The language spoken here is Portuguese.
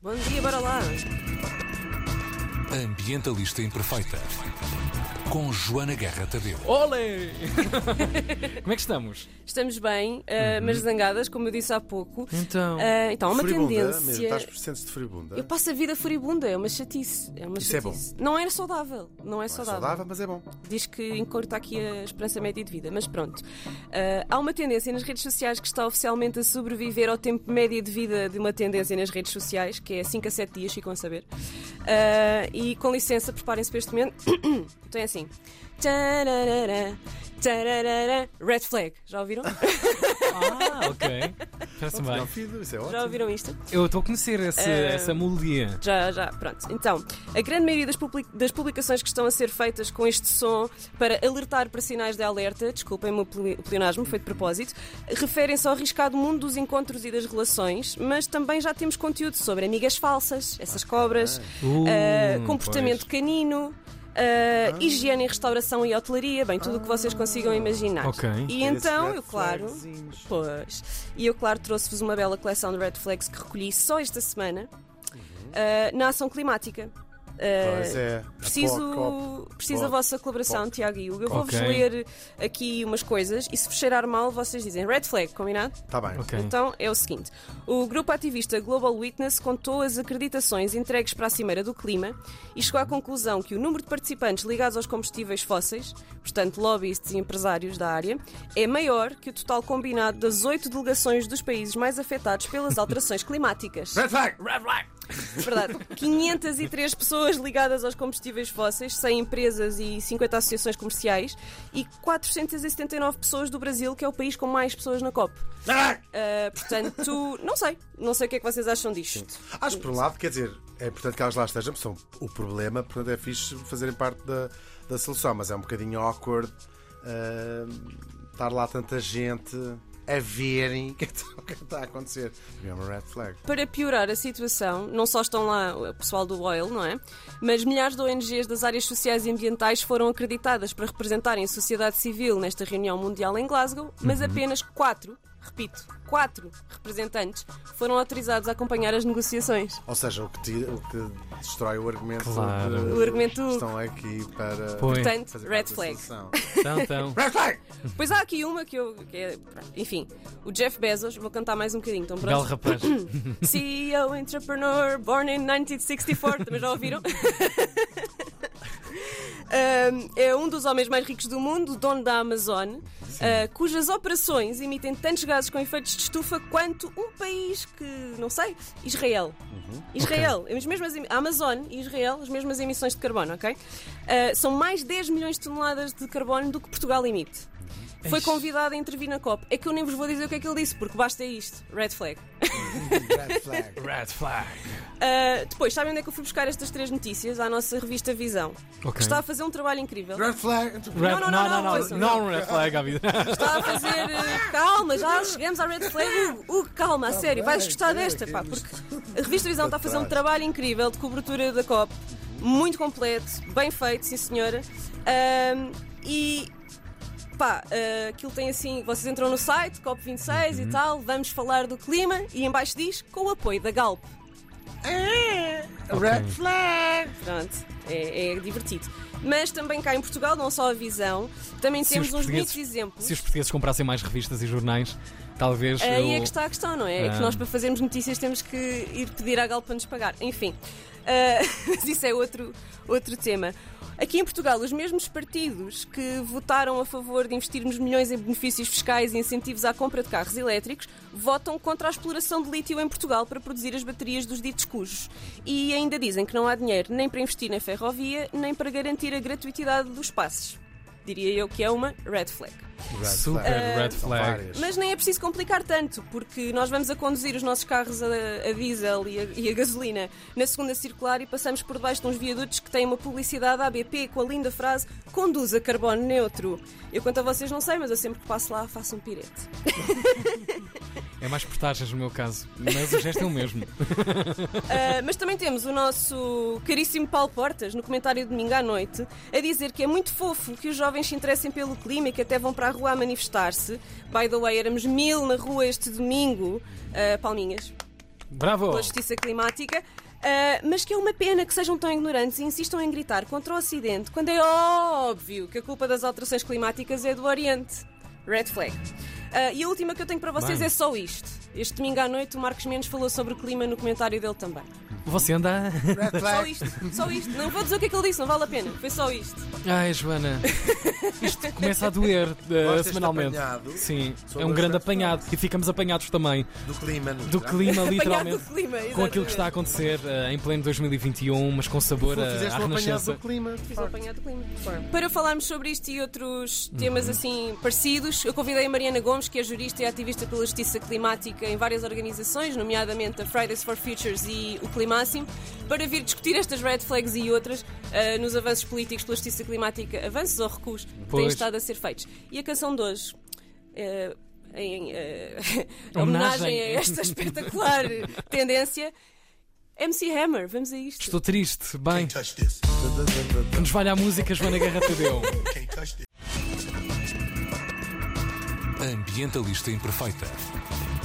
Bom dia, bora lá. Ambientalista Imperfeita. Com Joana Guerra Tadeu. Olé! Como é que estamos? Estamos bem, ah, Uhum. mas zangadas, como eu disse há pouco. Então. Ah, então, há uma Furibunda mesmo, tendência. estás presentes de furibunda. Eu passo a vida furibunda, é uma chatice. É uma Isso é chatice. Não é saudável, não é Não é saudável. saudável, mas é bom. Diz que encurta aqui a esperança média de vida, mas pronto. Ah, há uma tendência nas redes sociais que está oficialmente a sobreviver ao tempo médio de vida de uma tendência nas redes sociais, que é 5 a 7 dias, ficam a saber. Ah, e com licença, preparem-se para este momento. então é assim. Tararara, tararara, red flag. Já ouviram? Ah, ok. Parece Não, bem. filho, isso é Já ótimo. ouviram isto? Eu estou a conhecer esse- essa melodia. Já, já, pronto. Então, a grande maioria das, publi- das publicações que estão a ser feitas com este som para alertar para sinais de alerta, desculpem-me o pli- o pleonasmo, foi de propósito, referem-se ao arriscado mundo dos encontros e das relações, mas também já temos conteúdo sobre amigas falsas, essas cobras, ah, Uh, comportamento canino. ah, higiene em restauração e hotelaria, bem, tudo o que vocês consigam imaginar. Ok. E Tem então, esses eu red claro, flagzinhos. Pois. E eu, claro, trouxe-vos uma bela coleção de red flags que recolhi só esta semana Uhum. ah, na ação climática. Ah, Pois é. Pó, copo. Preciso, preciso da Pop. vossa colaboração, Tiago e Hugo. Eu vou-vos Ok. ler aqui umas coisas e se vos cheirar mal, vocês dizem red flag, combinado? Está Tá bem. Ok. Então é o seguinte: o grupo ativista Global Witness contou as acreditações entregues para a Cimeira do Clima e chegou à conclusão que o número de participantes ligados aos combustíveis fósseis, portanto lobbyistas e empresários da área, é maior que o total combinado das oito delegações dos países mais afetados pelas alterações climáticas. Red flag! Red flag! Verdade. 503 pessoas ligadas aos combustíveis fósseis, 100 empresas e 50 associações comerciais e 479 pessoas do Brasil, que é o país com mais pessoas na COP. Red flag! Uh, portanto, não sei. Não sei o que é que vocês acham disto. Acho que, por um lado, quer dizer, é importante que elas lá estejam, porque são o problema, portanto é fixe fazerem parte da, da solução, mas é um bocadinho awkward ah, estar lá tanta gente a verem o que está- o que está a acontecer. É uma red flag. Para piorar a situação, não só estão lá o pessoal do Oil, não é? Mas milhares de ONGs das áreas sociais e ambientais foram acreditadas para representarem a sociedade civil nesta reunião mundial em Glasgow, mas Uhum. apenas quatro, repito, quatro representantes foram autorizados a acompanhar as negociações. Ou seja, o que, tira- o que destrói o argumento Claro. de- O argumento- estão aqui para Pois. Portanto, fazer red parte da flag. solução. Então, então. Red flag! Pois há aqui uma que eu. que é- enfim, o Jeff Bezos, vou cantar mais um bocadinho, estão Belo prontos? rapaz. CEO, entrepreneur, born in 1964, também já ouviram? Um, é um dos homens mais ricos do mundo, dono da Amazon, uh, cujas operações emitem tantos gases com efeitos de estufa quanto um país que, não sei, Israel. Israel, é as mesmas, emi- a Amazon e Israel, as mesmas emissões de carbono, ok? Uh, são mais 10 milhões de toneladas de carbono do que Portugal emite. Foi Eish. convidado a intervir na COP. É que eu nem vos vou dizer o que é que ele disse, porque basta isto. Red flag. Red flag. Red flag. Uh, depois, sabem onde é que eu fui buscar estas três notícias? À nossa revista Visão. Ok. Que está a fazer um trabalho incrível. Red flag! Red- Não, não, não, não, não, não, ouçam. não, red flag à vida. Está a fazer. uh, calma, já chegamos à Red Flag. Hugo, Hugo, calma, a sério, Tá bem, vais gostar sim, desta, que pá, isto- porque a revista Visão está a fazer um Fantástico. trabalho incrível de cobertura da COP, muito completo, bem feito, sim senhora. Um, e. Pá, uh, aquilo tem assim, vocês entram no site, COP26 Uhum. e tal, vamos falar do clima e embaixo diz com o apoio da Galp. É, Red flag! Pronto, é, é divertido. Mas também cá em Portugal, não só a visão, também Se temos os uns portugueses- muitos exemplos. Se os portugueses comprassem mais revistas e jornais, talvez. Aí eu- é que está a questão, não é? É que Ah. nós para fazermos notícias temos que ir pedir à Galp para nos pagar. Enfim, ah, mas isso é outro, outro tema. Aqui em Portugal, os mesmos partidos que votaram a favor de investirmos milhões em benefícios fiscais e incentivos à compra de carros elétricos votam contra a exploração de lítio em Portugal para produzir as baterias dos ditos cujos. E ainda dizem que não há dinheiro nem para investir na ferrovia, nem para garantir a gratuitidade dos passes. Diria eu que é uma red flag. Red Super flag. red São flag. várias. Mas nem é preciso complicar tanto, porque nós vamos a conduzir os nossos carros a, a diesel e a, e a gasolina na segunda circular e passamos por debaixo de uns viadutos que têm uma publicidade à BP com a linda frase conduz a carbono neutro. Eu quanto a vocês não sei, mas eu sempre que passo lá faço um pirete. É mais portagens no meu caso. Mas o gesto é o mesmo. Ah, mas também temos o nosso caríssimo Paulo Portas, no comentário de domingo à noite, a dizer que é muito fofo que os jovens se interessem pelo clima e que até vão para a rua a manifestar-se. By the way, éramos mil na rua este domingo. Ah, palminhas. Bravo! pela justiça climática, ah, mas que é uma pena que sejam tão ignorantes e insistam em gritar contra o Ocidente quando é óbvio que a culpa das alterações climáticas é do Oriente. Red flag. Ah, e a última que eu tenho para vocês Bem. é só isto. Este domingo à noite o Marcos Mendes falou sobre o clima no comentário dele também. Você anda. Red Só flag. isto, só isto. Não vou dizer o que é que ele disse, não vale a pena. Foi só isto. Ai, Joana. Isto começa a doer eh, Vocês estão semanalmente. apanhado Sim, sobre é um grande as grandes apanhado. E ficamos apanhados também Do clima. no do verão. clima, Apanhado literalmente. do clima. Exatamente. Com aquilo que está a acontecer eh, em pleno 2021, mas com sabor a- Fizeste à um apanhado renascença. do clima. Fiz o apanhado do clima. Para falarmos sobre isto e outros Uhum. temas assim parecidos, eu convidei a Mariana Gomes, que é jurista e ativista pela justiça climática em várias organizações, nomeadamente a Fridays for Futures e o Climáximo, para vir discutir estas red flags e outras ah, nos avanços políticos pela justiça climática, avanços ou recuos que têm Pois. estado a ser feitos. E a canção de hoje. eh, em eh, Homenagem. homenagem a esta espetacular tendência, MC Hammer, vamos a isto. Estou triste. Bem, Can't touch this. que nos valha a música, Joana Guerra te deu. Can't touch this. Ambientalista Imperfeita.